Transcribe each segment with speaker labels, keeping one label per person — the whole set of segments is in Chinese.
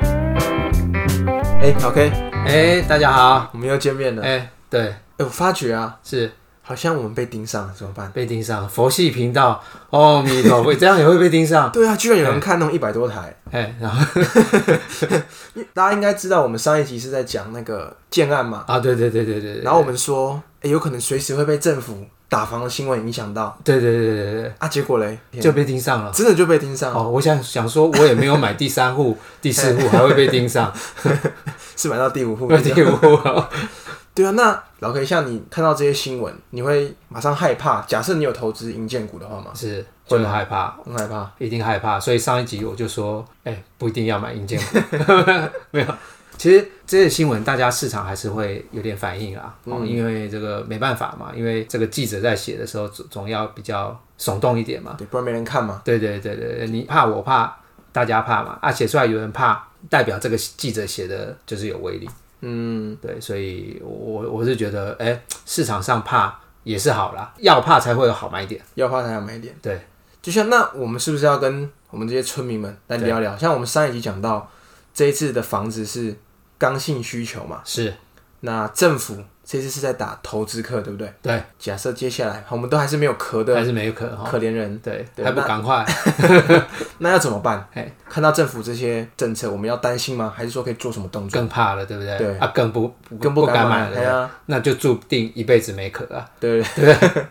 Speaker 1: 哎、o k
Speaker 2: 哎，大家好。
Speaker 1: 我们又见面了。哎、
Speaker 2: 哎，对，
Speaker 1: 我发觉啊，
Speaker 2: 是
Speaker 1: 好像我们被盯上了，怎么办？
Speaker 2: 被盯上佛系频道，哦，弥陀佛，这样也会被盯上。
Speaker 1: 对啊，居然有人看那种一百多台。
Speaker 2: 哎，然后
Speaker 1: 大家应该知道，我们上一集是在讲那个建案嘛，
Speaker 2: 啊，对对对对对对，
Speaker 1: 然后我们说，哎、有可能随时会被政府打房的新闻影响到
Speaker 2: 对对对对对
Speaker 1: 啊，结果嘞，
Speaker 2: 对，就被盯上了。
Speaker 1: 真的就被盯上，
Speaker 2: 哦，我想想说，我也没有买第三户、第四户，还会被盯上，
Speaker 1: 是买到第五户。
Speaker 2: 被第五户了。
Speaker 1: 对啊，那老 K，像你看到这些新闻，你会马上害怕？假设你有投资银建股的话吗？
Speaker 2: 是会害怕，
Speaker 1: 很害怕。
Speaker 2: 一定害怕。所以上一集我就说，哎、不一定要买 硬件股，没有。其实这些新闻，大家市场还是会有点反应啦，
Speaker 1: 嗯
Speaker 2: 哦，因为这个没办法嘛，因为这个记者在写的时候总总要比较耸动一点嘛。
Speaker 1: 对，不然没人看嘛。
Speaker 2: 对对对对，对你怕我怕，大家怕嘛，啊，写出来有人怕，代表这个记者写的就是有威力。
Speaker 1: 嗯，
Speaker 2: 对，所以我我是觉得，哎、市场上怕也是好啦，要怕才会有好买点。
Speaker 1: 要怕才要买一点。
Speaker 2: 对，
Speaker 1: 就像那我们是不是要跟我们这些村民们来聊聊？像我们上一集讲到，这一次的房子是刚性需求嘛，
Speaker 2: 是，
Speaker 1: 那政府这次是在打投资客，对不对？
Speaker 2: 对，哦
Speaker 1: 假设接下来我们都还是没有壳的
Speaker 2: 还是没有可能哈。
Speaker 1: 可怜人，
Speaker 2: 对，
Speaker 1: 对
Speaker 2: 还不赶快？
Speaker 1: 那要怎么办
Speaker 2: 嘿？
Speaker 1: 看到政府这些政策，我们要担心吗？还是说可以做什么动作？
Speaker 2: 更怕了，对不对？
Speaker 1: 对
Speaker 2: 啊，更不不
Speaker 1: 更
Speaker 2: 不
Speaker 1: 敢
Speaker 2: 买
Speaker 1: 哎
Speaker 2: 了，
Speaker 1: 呀，
Speaker 2: 那就注定一辈子没可 啊。
Speaker 1: 对，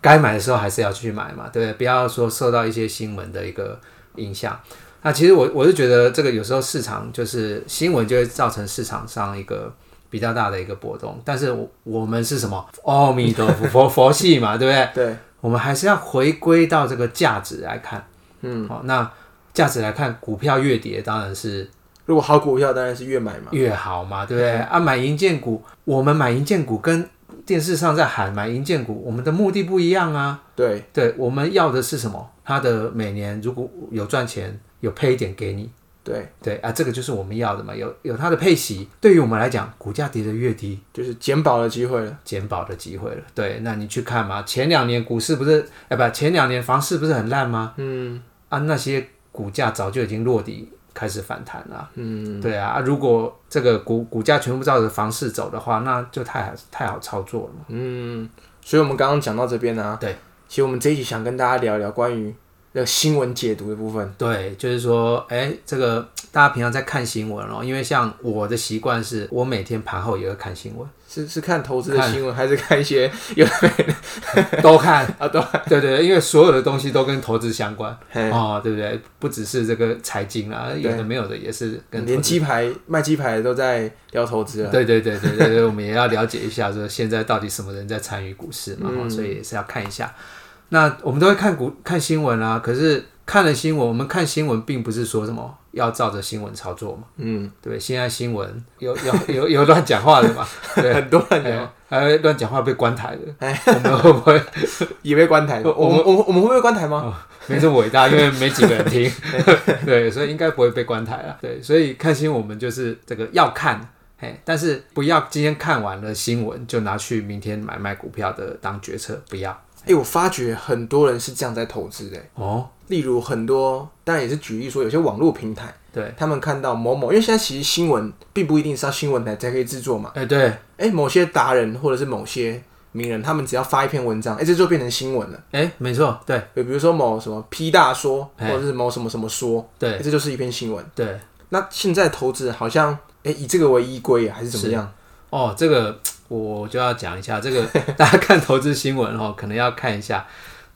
Speaker 2: 该买的时候还是要去买嘛，对不对？不要说受到一些新闻的一个影响。那其实我我是觉得这个有时候市场就是新闻就会造成市场上一个比较大的一个波动，但是我我们是什么？阿弥陀佛，佛佛系嘛，对不 对？
Speaker 1: 对，
Speaker 2: 我们还是要回归到这个价值来看。嗯，好、那价值来看，股票越跌当然是
Speaker 1: 如果好股票当然是越买嘛，
Speaker 2: 越好嘛，对不对？啊，买银建股，我们买银建股跟电视上在喊买银建股，我们的目的不一样啊。
Speaker 1: 对，
Speaker 2: 对，我们要的是什么？它的每年如果有赚钱，有配一点给你，
Speaker 1: 对，
Speaker 2: 对啊，这个就是我们要的嘛。有有它的配息，对于我们来讲，股价跌得越低，
Speaker 1: 就是捡宝的机会了，
Speaker 2: 捡宝的机会了。对，那你去看嘛，前两年股市不是，哎，不，前两年房市不是很烂吗？
Speaker 1: 嗯，
Speaker 2: 啊，那些股价早就已经落底，开始反弹了。
Speaker 1: 嗯，
Speaker 2: 对啊，啊如果这个股股价全部照着房市走的话，那就太好太好操作了嘛。
Speaker 1: 嗯，所以我们刚刚讲到这边呢、啊，
Speaker 2: 对，
Speaker 1: 其实我们这一集想跟大家聊一聊关于那个新闻解读的部分，
Speaker 2: 对，就是说，哎，这个大家平常在看新闻哦，因为像我的习惯是，我每天盘后也会看新闻，
Speaker 1: 是是看投资的新闻，还 是看一些有
Speaker 2: 都看。
Speaker 1: 啊？对，
Speaker 2: 对对对，因为所有的东西都跟投资相关
Speaker 1: 嘿
Speaker 2: 哦，对不对？不只是这个财经啊，有的没有的也是跟投
Speaker 1: 连
Speaker 2: 资。
Speaker 1: 鸡排卖鸡排的都在聊投资了，
Speaker 2: 对对对对对对，我们也要了解一下，说现在到底什么人在参与股市嘛，哦所以也是要看一下。那我们都会看股看新闻啊，可是看了新闻，我们看新闻并不是说什么要照着新闻操作嘛，
Speaker 1: 嗯，
Speaker 2: 对不对？现在新闻有有有有乱讲话的嘛，对，
Speaker 1: 很多人
Speaker 2: 哎还会乱讲话被关台的，我们会不会
Speaker 1: 也被关台，
Speaker 2: 我
Speaker 1: 我们我们我们会不会关台吗？
Speaker 2: 没这么伟大，因为没几个人听， 对，所以应该不会被关台啊。对，所以看新闻我们就是这个要看，嘿，但是不要今天看完了新闻就拿去明天买卖股票的当决策，不要
Speaker 1: 哎、我发觉很多人是这样在投资的、
Speaker 2: 哦。
Speaker 1: 例如很多，当然也是举例说，有些网络平台，
Speaker 2: 对，
Speaker 1: 他们看到某某，因为现在其实新闻并不一定是要新闻台才可以制作嘛。
Speaker 2: 哎、对，
Speaker 1: 哎、某些达人或者是某些名人，他们只要发一篇文章，哎、这就变成新闻了。
Speaker 2: 哎、没错，对
Speaker 1: 就比如说某什么 P 大说，或
Speaker 2: 嘿
Speaker 1: 者是某什么什么说，
Speaker 2: 对
Speaker 1: 哎这就是一篇新闻。
Speaker 2: 对，
Speaker 1: 那现在投资人好像，哎、以这个为依归啊还是怎么样？
Speaker 2: 哦，这个我就要讲一下，这个大家看投资新闻哦，可能要看一下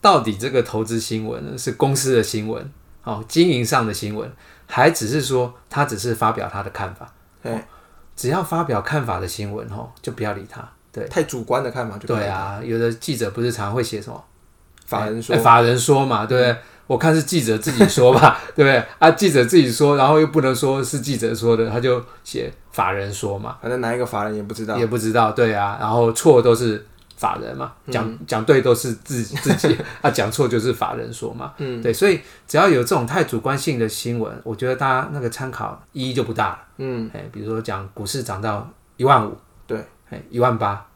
Speaker 2: 到底这个投资新闻呢是公司的新闻哦，经营上的新闻，还只是说他只是发表他的看法。哦
Speaker 1: 哎、
Speaker 2: 只要发表看法的新闻哦，就不要理他。对
Speaker 1: 太主观的看法就
Speaker 2: 对啊，有的记者不是常会写什么
Speaker 1: 法人说，嗯
Speaker 2: 哎法人说嘛，对不对？我看是记者自己说吧， 对不对？啊，记者自己说，然后又不能说是记者说的，他就写法人说嘛，
Speaker 1: 反正哪一个法人也不知道。
Speaker 2: 啊也不知道，对啊，然后错都是法人嘛，讲讲对都是自 自己啊，讲错就是法人说嘛，嗯，对，所以只要有这种太主观性的新闻，我觉得大家那个参考意义就不大了，嗯，哎，比如说讲股市涨到一万五，
Speaker 1: 对，
Speaker 2: 哎，一万八，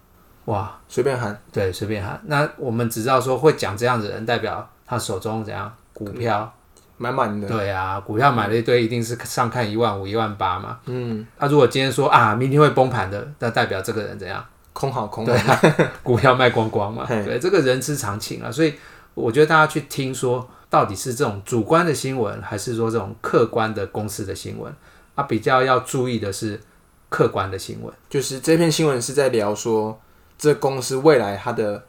Speaker 2: 哇，
Speaker 1: 随便喊，
Speaker 2: 对，随便喊。那我们只知道说会讲这样子的人，代表他手中怎样股票，
Speaker 1: 满满的，
Speaker 2: 对啊，股票买了一堆，一定是上看一万五、一万八嘛，嗯，那、如果今天说啊，明天会崩盘的，那代表这个人怎样？
Speaker 1: 空好空好，
Speaker 2: 对啊，股票卖光光嘛，
Speaker 1: 嘿
Speaker 2: 对，这个人之常情啊，所以我觉得大家去听说，到底是这种主观的新闻，还是说这种客观的公司的新闻啊，比较要注意的是客观的新闻，
Speaker 1: 就是这篇新闻是在聊说这公司未来它的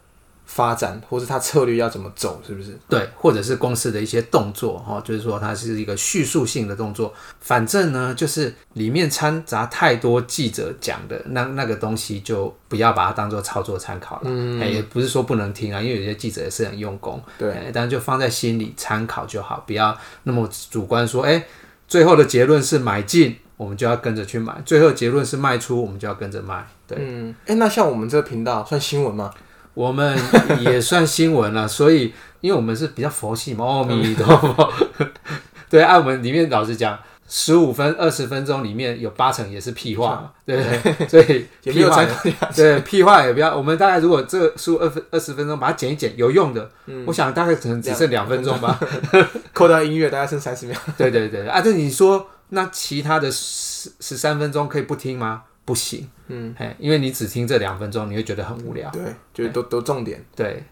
Speaker 1: 发展，或是它策略要怎么走，是不是？
Speaker 2: 对，或者是公司的一些动作哈、哦，就是说它是一个叙述性的动作，反正呢，就是里面掺杂太多记者讲的那那个东西，就不要把它当做操作参考了，嗯，也不是说不能听啊，因为有些记者也是很用功。
Speaker 1: 对，
Speaker 2: 哎，但就放在心里参考就好，不要那么主观说，哎、最后的结论是买进，我们就要跟着去买；最后结论是卖出，我们就要跟着卖。对，
Speaker 1: 嗯，哎、那像我们这个频道算新闻 吗？
Speaker 2: 我们也算新闻了， 所以因为我们是比较佛系嘛，阿弥陀佛。 对，啊按、我们里面老实讲，十五分、二十分钟里面有八成也是屁话嘛，对不对？所以
Speaker 1: 啊 也没有
Speaker 2: 屁话
Speaker 1: 参考，
Speaker 2: 对，屁话也不要。我们大概如果这十五二分二十分钟把它剪一剪，有用的，
Speaker 1: 嗯
Speaker 2: 我想大概可能只剩两分钟吧。
Speaker 1: 扣掉音乐，大概剩三十秒。
Speaker 2: 对对对，啊，这你说那其他的十十三分钟可以不听吗？不行，嗯，哎，因为你只听这两分钟，你会觉得很无聊。
Speaker 1: 对，就是都都重点。
Speaker 2: 对，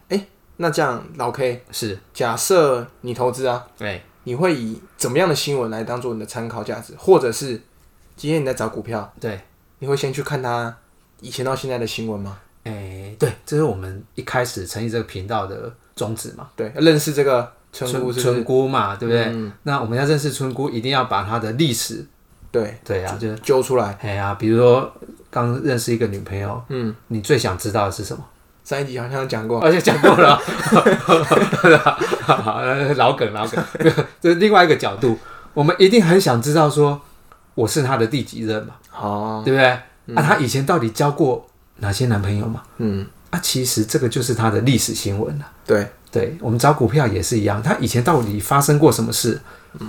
Speaker 1: 那这样，老 K，
Speaker 2: 是，
Speaker 1: 假设你投资啊，
Speaker 2: 哎，
Speaker 1: 你会以怎么样的新闻来当做你的参考价值，或者是今天你在找股票，
Speaker 2: 对，
Speaker 1: 你会先去看它以前到现在的新闻吗？
Speaker 2: 哎，对，这是我们一开始成立这个频道的宗旨嘛，
Speaker 1: 对，要认识这个村姑是不
Speaker 2: 村
Speaker 1: 嗯是？
Speaker 2: 村姑嘛，对不对？那我们要认识村姑，一定要把她的历史，
Speaker 1: 对，
Speaker 2: 对啊，就
Speaker 1: 揪出来。
Speaker 2: 哎呀，比如说刚认识一个女朋友，嗯，你最想知道的是什么？
Speaker 1: 上一集好像讲过，
Speaker 2: 而且讲过了，好老梗老梗， 这是另外一个角度。我们一定很想知道说我是他的第几任嘛，
Speaker 1: 好，
Speaker 2: 对不对？啊，他以前到底交过哪些男朋友嘛？
Speaker 1: 嗯，
Speaker 2: 啊，其实这个就是他的历史新闻了、
Speaker 1: 对，
Speaker 2: 对我们找股票也是一样，他以前到底发生过什么事？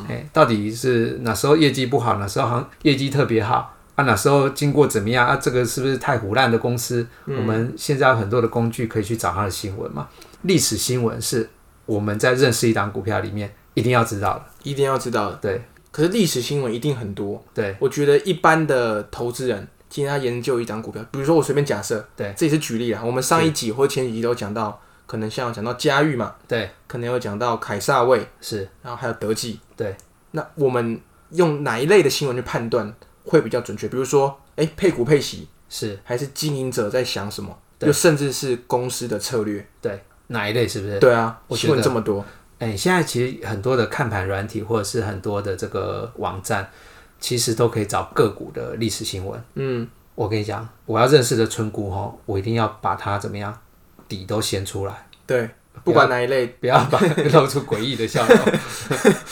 Speaker 2: 哎、到底是哪时候业绩不好，哪时候行业绩特别好啊？哪时候经过怎么样啊？这个是不是太胡烂的公司？我们现在有很多的工具可以去找它的新闻嘛。历史新闻是我们在认识一档股票里面一定要知道的。
Speaker 1: 一定要知道的。
Speaker 2: 对
Speaker 1: 可是历史新闻一定很多，
Speaker 2: 对
Speaker 1: 我觉得一般的投资人今天他研究一张股票，比如说我随便假设，
Speaker 2: 对，
Speaker 1: 这也是举例啊。我们上一集或前几集都讲到，可能像有讲到嘉裕嘛，
Speaker 2: 对，
Speaker 1: 可能有讲到凯撒位，
Speaker 2: 是
Speaker 1: 然后还有德记。
Speaker 2: 对，
Speaker 1: 那我们用哪一类的新闻去判断会比较准确？比如说，哎、配股配息，
Speaker 2: 是，
Speaker 1: 还是经营者在想什么？
Speaker 2: 对
Speaker 1: 又甚至是公司的策略。
Speaker 2: 对哪一类是不是？
Speaker 1: 对啊，
Speaker 2: 我觉
Speaker 1: 新
Speaker 2: 得
Speaker 1: 闻这么多，
Speaker 2: 哎，现在其实很多的看盘软体或者是很多的这个网站，其实都可以找个股的历史新闻。
Speaker 1: 嗯，
Speaker 2: 我跟你讲，我要认识的村姑哈，我一定要把它怎么样底都掀出来，
Speaker 1: 对，不管哪一类，
Speaker 2: 不要把露出诡异的笑容。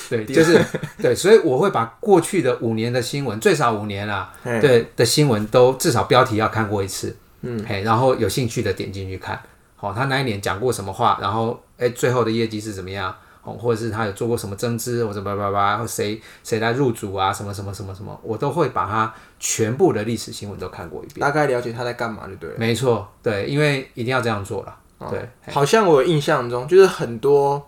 Speaker 2: 对，就是对，所以我会把过去的五年的新闻，最少五年啊啦，
Speaker 1: 哎，
Speaker 2: 对的新闻都至少标题要看过一次，嗯，嘿，然后有兴趣的点进去看，好、他哪一年讲过什么话，然后哎，最后的业绩是怎么样？哦，或者是他有做过什么增资，或者叭叭叭，或谁谁来入主啊，什么什么什么什么，我都会把它全部的历史新闻都看过一遍。
Speaker 1: 大概了解他在干嘛就对了。哦
Speaker 2: 没错，对，因为一定要这样做了。对，
Speaker 1: 好像我有印象中，就是很多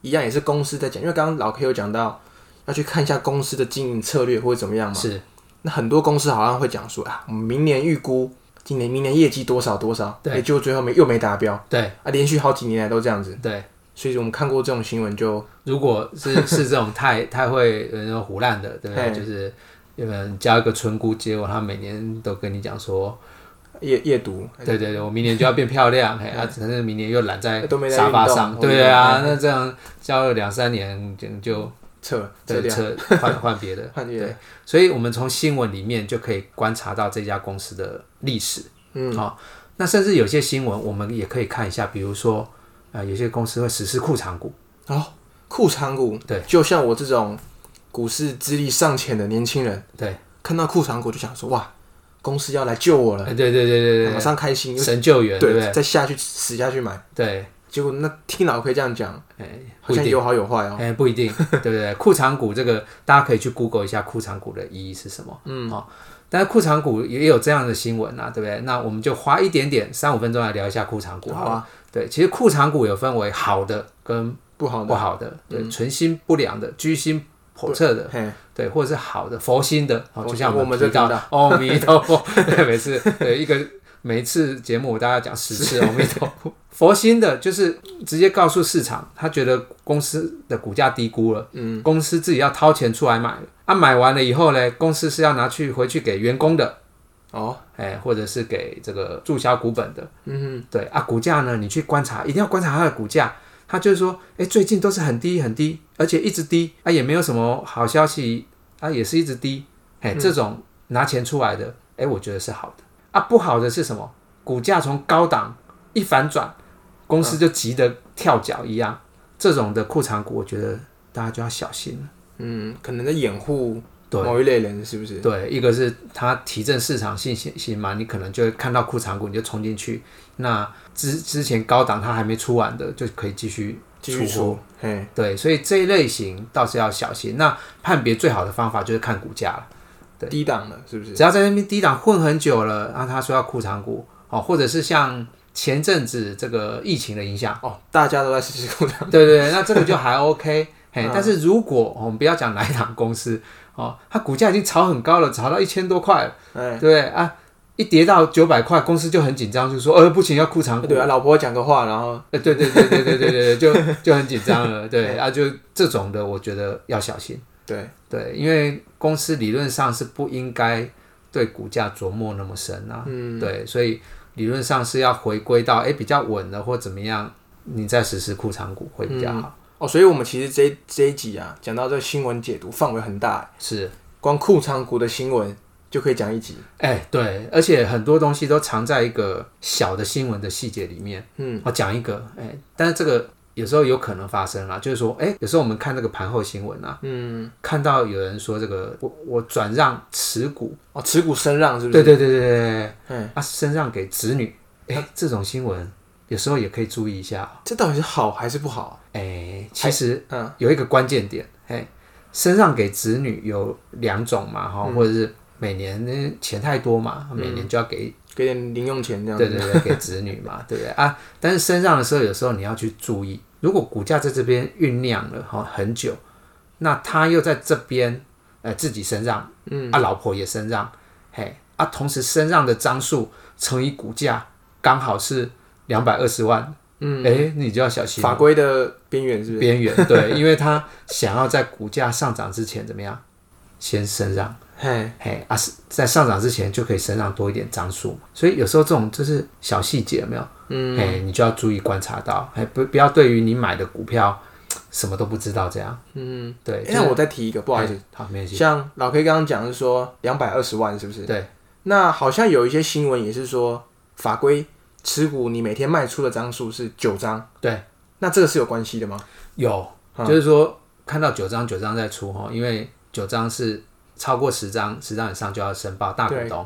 Speaker 1: 一样也是公司在讲，因为刚刚老 K 有讲到要去看一下公司的经营策略或者怎么样嘛。
Speaker 2: 是，
Speaker 1: 那很多公司好像会讲说啊，我们明年预估今年明年业绩多少多少，
Speaker 2: 对
Speaker 1: 欸结果最后没又没达标
Speaker 2: 对，
Speaker 1: 啊，连续好几年来都这样子，
Speaker 2: 对。
Speaker 1: 所以我们看过这种新闻就
Speaker 2: 如果是 是这种太太会呃胡乱的，对不对？
Speaker 1: 嘿
Speaker 2: 就是有人加一个村姑，结果他每年都跟你讲说，
Speaker 1: 夜夜读，
Speaker 2: 对对对，我明年就要变漂亮，嘿，啊，可是明年又懒在
Speaker 1: 都没在
Speaker 2: 沙发上
Speaker 1: 运，动
Speaker 2: 对啊，那这样交了两三年就就
Speaker 1: 撤撤
Speaker 2: 对
Speaker 1: 掉
Speaker 2: 车换换 别的，
Speaker 1: 换业，
Speaker 2: 所以我们从新闻里面就可以观察到这家公司的历史。嗯，好、那甚至有些新闻我们也可以看一下，比如说，呃，有些公司会实施库藏股，
Speaker 1: 哦，库藏股，
Speaker 2: 对，
Speaker 1: 就像我这种股市资历尚浅的年轻人，
Speaker 2: 对，
Speaker 1: 看到库藏股就想说哇，公司要来救我了，
Speaker 2: 哎对对对对
Speaker 1: 马上开心，
Speaker 2: 对，神救援，对
Speaker 1: 嗯
Speaker 2: 不
Speaker 1: 对，
Speaker 2: 对？
Speaker 1: 再下去死下去买。
Speaker 2: 对，
Speaker 1: 结果那听老 K 这样讲，
Speaker 2: 哎，
Speaker 1: 好
Speaker 2: 不一
Speaker 1: 像
Speaker 2: 定，
Speaker 1: 有好有坏哦。
Speaker 2: 哎，不一定，对不 对？裤长股这个大家可以去 Google 一下裤长股的意义是什么，嗯，哦。但是裤长股也有这样的新闻啊，对不对？那我们就花一点点三五分钟来聊一下裤长股好
Speaker 1: 好
Speaker 2: 了。
Speaker 1: 啊，
Speaker 2: 对，其实裤长股有分为好的跟
Speaker 1: 不好
Speaker 2: 不
Speaker 1: 的，嗯
Speaker 2: 好的，对，存心不良的，居心叵测的，
Speaker 1: 嘿，
Speaker 2: 对，或者是好的佛心的，哦，
Speaker 1: 佛
Speaker 2: 就像
Speaker 1: 我
Speaker 2: 们
Speaker 1: 们
Speaker 2: 提
Speaker 1: 这
Speaker 2: 到
Speaker 1: 频
Speaker 2: 的阿弥陀佛， 对，每次对一个每次节目我大概讲十次阿弥陀佛，佛心的就是直接告诉市场，他觉得公司的股价低估了，嗯，公司自己要掏钱出来买了，啊，买完了以后呢，公司是要拿去回去给员工的，
Speaker 1: 哦，
Speaker 2: 哎，或者是给这个注销股本的。
Speaker 1: 嗯
Speaker 2: 对啊，股价呢，你去观察，一定要观察它的股价。它就是说，哎，最近都是很低很低，而且一直低啊，也没有什么好消息啊，也是一直低。哎，这种拿钱出来的，哎，我觉得是好的啊。不好的是什么？股价从高档一反转，公司就急得跳脚一样。这种的裤长股，我觉得大家就要小心了。
Speaker 1: 嗯，可能在掩护
Speaker 2: 对
Speaker 1: 某一类人，是不是？
Speaker 2: 对，一个是它提振市场信心心嘛，你可能就会看到裤长股你就冲进去，那之之前高档它还没出完的就可以继续
Speaker 1: 继续
Speaker 2: 出货。
Speaker 1: 说，嘿，
Speaker 2: 对，所以这一类型倒是要小心。那判别最好的方法就是看股价了，
Speaker 1: 低档了，是不是？
Speaker 2: 只要在那边低档混很久了，然后他说要裤长股哦，或者是像前阵子这个疫情的影响，
Speaker 1: 哦，大家都在实施工 厂，
Speaker 2: 对对对，那这个就 还 OK。嘿，
Speaker 1: 嗯
Speaker 2: 但是如果、哦我们不要讲哪一档公司哦，它股价已经炒很高了，炒到一千多块了。
Speaker 1: 哎，
Speaker 2: 对啊，一跌到九百块，公司就很紧张，就说呃不行，要裤长股。
Speaker 1: 对啊，老婆讲个话，然后
Speaker 2: 呃，对对对对对对对，就 就很紧张了。对
Speaker 1: 哎
Speaker 2: 啊，就这种的，我觉得要小心。
Speaker 1: 对，
Speaker 2: 对，因为公司理论上是不应该对股价琢磨那么深啊。嗯，对，所以理论上是要回归到哎比较稳了或怎么样，你再实施裤长股会比较好。
Speaker 1: 哦，所以我们其实这一这一集啊，讲到这个新闻解读范围很大，
Speaker 2: 是。
Speaker 1: 光库藏股的新闻就可以讲一集，
Speaker 2: 哎、对，而且很多东西都藏在一个小的新闻的细节里面。嗯，我讲一个，哎、但是这个有时候有可能发生啦，就是说，哎、有时候我们看这个盘后新闻啊，嗯，看到有人说这个我我转让持股，
Speaker 1: 哦，持股声让是不是？
Speaker 2: 对对对对对，
Speaker 1: 嗯，
Speaker 2: 啊，身让给子女，哎、这种新闻有时候也可以注意一下。
Speaker 1: 这到底是好还是不好？啊
Speaker 2: 哎、其实
Speaker 1: 嗯，
Speaker 2: 有一个关键点，哎，身上给子女有两种嘛，哈、
Speaker 1: 嗯
Speaker 2: 或者是每年呃钱太多嘛，每年就要给
Speaker 1: 给点零用钱这样子，
Speaker 2: 对对对，给子女嘛，对不对啊？但是身上的时候，有时候你要去注意，如果股价在这边酝酿了哈、很久，那他又在这边呃自己身上，嗯，啊老婆也身上，嘿，啊同时身上的张数乘以股价刚好是两百二十万，嗯，哎，你就要小心了
Speaker 1: 法规的边缘是不是？
Speaker 2: 边缘，对，因为他想要在股价上涨之前怎么样，先升让。
Speaker 1: 嘿，
Speaker 2: 嘿啊，是在上涨之前就可以身上多一点张数嘛，所以有时候这种就是小细节有没有，嗯，哎，你就要注意观察到，哎，不不要对于你买的股票什么都不知道这样，嗯，对，
Speaker 1: 哎
Speaker 2: 哎
Speaker 1: 诶那我再提一个，不好意思，
Speaker 2: 思，好，没关系，
Speaker 1: 像老 K 刚刚讲的是说两百二十万是不是？
Speaker 2: 对，
Speaker 1: 那好像有一些新闻也是说法规持股你每天卖出的张数是九张，
Speaker 2: 对，
Speaker 1: 那这个是有关系的吗？
Speaker 2: 有，
Speaker 1: 嗯
Speaker 2: 就是说看到九张九张再出哈，因为九张是超过十张，十张以上就要申报大股东，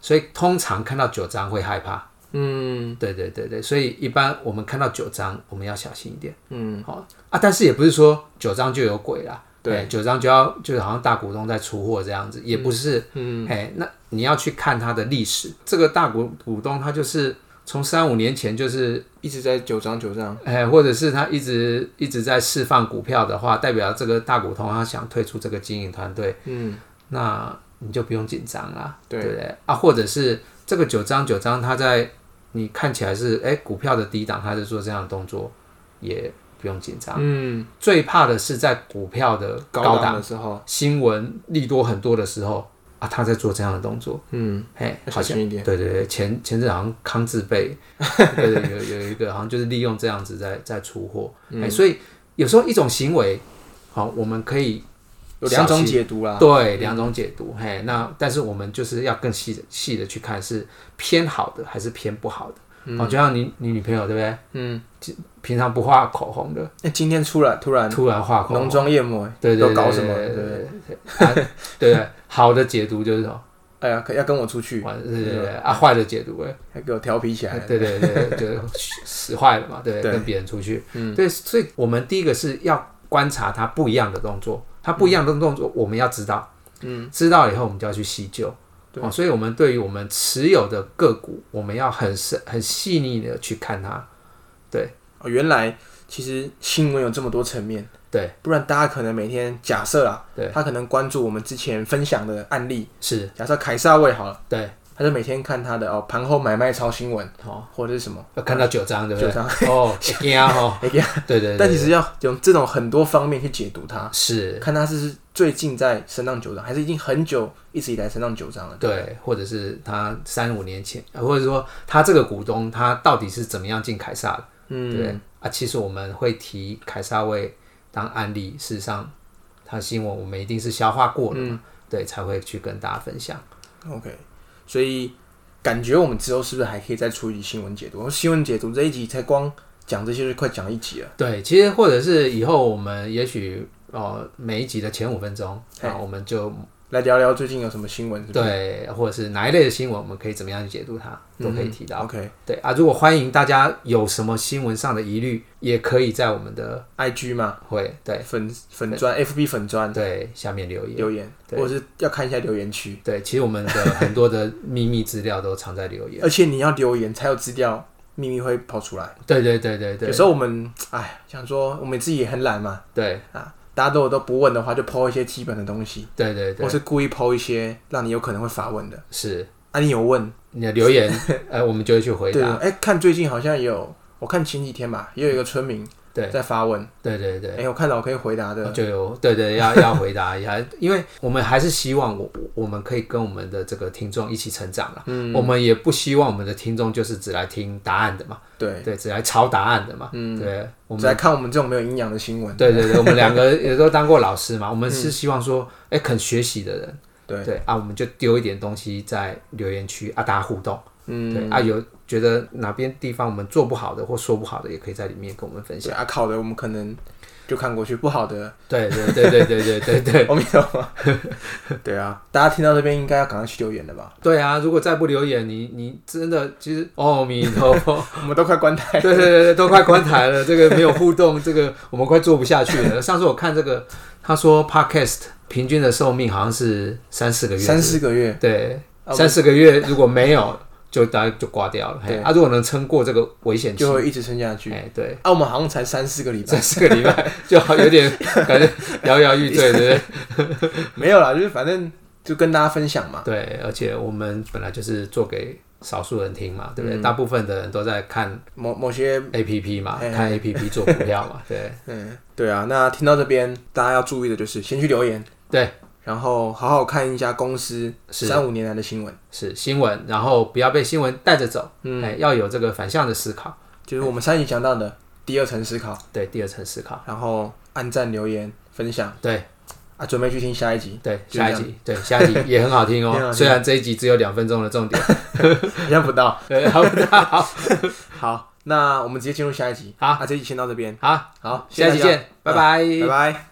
Speaker 2: 所以通常看到九张会害怕，
Speaker 1: 嗯，
Speaker 2: 对对对对，所以一般我们看到九张，我们要小心一点。
Speaker 1: 嗯，
Speaker 2: 好、啊，但是也不是说九张就有鬼啦。
Speaker 1: 对
Speaker 2: 哎，九张就要就是好像大股东在出货这样子，也不是。嗯，哎，那你要去看它的历史，这个大股股东他就是从三五年前就是，
Speaker 1: 一直在九张九张，
Speaker 2: 哎，或者是他一直一直在释放股票的话，代表这个大股东他想退出这个经营团队。
Speaker 1: 嗯，
Speaker 2: 那你就不用紧张啦，
Speaker 1: 对
Speaker 2: 不对？啊，或者是这个九张九张，它在你看起来是哎股票的低档，它就做这样的动作，也不用紧张。
Speaker 1: 嗯，
Speaker 2: 最怕的是在股票的高
Speaker 1: 高
Speaker 2: 档
Speaker 1: 档的时候，
Speaker 2: 新闻利多很多的时候啊，他在做这样的动作，
Speaker 1: 嗯，
Speaker 2: 哎，
Speaker 1: 要
Speaker 2: 好
Speaker 1: 小
Speaker 2: 像
Speaker 1: 心一点，
Speaker 2: 对对对，前前阵好像康字 辈，对对有有一个好像就是利用这样子在在出货，哎、
Speaker 1: 嗯
Speaker 2: 所以有时候一种行为，好，我们可以
Speaker 1: 有两
Speaker 2: 小
Speaker 1: 种
Speaker 2: 心
Speaker 1: 解嗯读啦，
Speaker 2: 对，两种解读，嘿，那但是我们就是要更细的细的去看是偏好的还是偏不好的。哦，就像你你女朋友对不对？
Speaker 1: 嗯，
Speaker 2: 平常不画口红的，
Speaker 1: 那今天出来突然
Speaker 2: 突然画口
Speaker 1: 嗯
Speaker 2: 红
Speaker 1: 浓，妆艳抹，
Speaker 2: 对对
Speaker 1: 都搞什么？
Speaker 2: 对
Speaker 1: 对
Speaker 2: 对对对对对，啊对对好的解读就是说，
Speaker 1: 哎呀，可要跟我出去，
Speaker 2: 哇对对对，啊，坏的解读哎，
Speaker 1: 还给我调皮起来。
Speaker 2: 对对对，对 就使坏了嘛，对，
Speaker 1: 对
Speaker 2: 跟别人出去，嗯，对，所以我们第一个是要观察他不一样的动作，他不一样的动作我们要知道，嗯，知道以后我们就要去细究。哦，所以我们对于我们持有的个股，我们要很深、很细腻的去看它。
Speaker 1: 哦，原来其实新闻有这么多层面，
Speaker 2: 对，
Speaker 1: 不然大家可能每天假设啊，
Speaker 2: 对，
Speaker 1: 他可能关注我们之前分享的案例，
Speaker 2: 是，
Speaker 1: 假设凯撒位好了，
Speaker 2: 对，
Speaker 1: 他就每天看他的哦盘后买卖超新闻，
Speaker 2: 哦，
Speaker 1: 或者是什么，
Speaker 2: 要看到九章，对不对？
Speaker 1: 九
Speaker 2: 哦，一样哦，
Speaker 1: 会惊
Speaker 2: 对对对，
Speaker 1: 但其实要用这种很多方面去解读它，
Speaker 2: 是，
Speaker 1: 看它是最近在升浪九章，还是已经很久一直以来升浪九章了。
Speaker 2: 对，或者是他三五年前，或者说他这个股东他到底是怎么样进凯撒的？
Speaker 1: 嗯，
Speaker 2: 对啊，其实我们会提凯撒位当案例，事实上，他新闻我们一定是消化过了嘛，对，才会去跟大家分享。
Speaker 1: OK，所以感觉我们之后是不是还可以再出一集新闻解读？新闻解读这一集才光讲这些就快讲一集了。
Speaker 2: 对，其实或者是以后我们也许呃每一集的前五分钟啊，我们就
Speaker 1: 来聊聊最近有什么新闻？
Speaker 2: 对，或者是哪一类的新闻，我们可以怎么样去解读它，都可以提到。
Speaker 1: OK，IG、
Speaker 2: 对啊，如果欢迎大家有什么新闻上的疑虑，也可以在我们的
Speaker 1: IG 嘛，
Speaker 2: 会对
Speaker 1: 粉粉砖 FB 粉砖
Speaker 2: 对下面留言。
Speaker 1: 留言，或者是要看一下留言区，
Speaker 2: 对，其实我们的很多的秘密资料都藏在留言。
Speaker 1: 而且你要留言才有资料，秘密会跑出来。
Speaker 2: 对对对对
Speaker 1: 有
Speaker 2: 对
Speaker 1: 时候我们哎想说我们自己也很懒嘛，
Speaker 2: 对
Speaker 1: 啊，大家如果都不问的话，就抛一些基本的东西，
Speaker 2: 对对
Speaker 1: 或
Speaker 2: 对，
Speaker 1: 是故意抛一些让你有可能会发问的。
Speaker 2: 是
Speaker 1: 啊，你有问？
Speaker 2: 你的留言， 呃，我们就会去回
Speaker 1: 对，
Speaker 2: 答。
Speaker 1: 哎、看最近好像也有，我看前几天吧，也有一个村民
Speaker 2: 对
Speaker 1: 在发问，
Speaker 2: 对对对嗯
Speaker 1: 哎、。我看到我可以回答的，
Speaker 2: 就有对对要要回答一下，因为我们还是希望我我们可以跟我们的这个听众一起成长了。嗯，我们也不希望我们的听众就是只来听答案的嘛，
Speaker 1: 对，
Speaker 2: 对，只来抄答案的嘛。嗯，对，我
Speaker 1: 只
Speaker 2: 们
Speaker 1: 来看我们这种没有营养的新闻，
Speaker 2: 对对对，我们两个也都当过 老师嘛，我们是希望说，哎、肯学习的人，
Speaker 1: 嗯对，
Speaker 2: 对啊，我们就丢一点东西在留言区啊，大家互动。
Speaker 1: 嗯，
Speaker 2: 对啊，有觉得哪边地方我们做不好的或说不好的，也可以在里面跟我们分享。
Speaker 1: 对啊，考的我们可能就看过去，不好的，
Speaker 2: 对对对对对对对 对。
Speaker 1: 我们有 吗？对啊，大家听到这边应该要赶快去留言了吧？
Speaker 2: 对啊，如果再不留言，你你真的其实哦， 弥陀佛，
Speaker 1: 我们都快关台
Speaker 2: 对
Speaker 1: 了，
Speaker 2: 对对对，都快关台了，这个没有互动，这个我们快做不下去了。上次我看这个，他说 Podcast 平均的寿命好像是三四个月，
Speaker 1: 三四个月，
Speaker 2: 对，
Speaker 1: 啊
Speaker 2: 三四个月如果没有， 就大家就挂掉了。嘿
Speaker 1: 对
Speaker 2: 啊，如果能撑过这个危险期
Speaker 1: 就，会一直撑下去。
Speaker 2: 哎，对，
Speaker 1: 啊，我们好像才三四个礼拜
Speaker 2: 这，四个礼拜就好有点感觉摇摇欲坠，对不 对？
Speaker 1: 没有啦，就是反正就跟大家分享嘛。
Speaker 2: 对，而且我们本来就是做给少数人听嘛，对不对？
Speaker 1: 嗯
Speaker 2: 大部分的人都在看。
Speaker 1: 某某些，
Speaker 2: A P P 嘛，
Speaker 1: 嘿
Speaker 2: 看 A P P 做股票嘛，对
Speaker 1: 嗯，对啊。那听到这边，大家要注意的就是先去留言，
Speaker 2: 对，
Speaker 1: 然后好好看一下公司
Speaker 2: 是
Speaker 1: 三五年来的新闻，
Speaker 2: 是新闻，然后不要被新闻带着走，嗯，要有这个反向的思考，
Speaker 1: 就是我们上一集讲到的第二层思考，
Speaker 2: 对，第二层思考，
Speaker 1: 然后按赞、留言、分享
Speaker 2: 对
Speaker 1: 啊，准备去听下一集，
Speaker 2: 对，
Speaker 1: 就这
Speaker 2: 下
Speaker 1: 样
Speaker 2: 一集，对下一集也很好 听
Speaker 1: 也很好
Speaker 2: 哦，
Speaker 1: 听
Speaker 2: 虽然这一集只有两分钟的重点，
Speaker 1: 好像不到。
Speaker 2: 对，好不好？
Speaker 1: 好，那我们直接进入下一集。
Speaker 2: 好
Speaker 1: 啊，这一集先到这边，
Speaker 2: 好，
Speaker 1: 好，
Speaker 2: 下一
Speaker 1: 谢谢
Speaker 2: 集啊
Speaker 1: 大家
Speaker 2: 见，拜拜。
Speaker 1: 拜拜。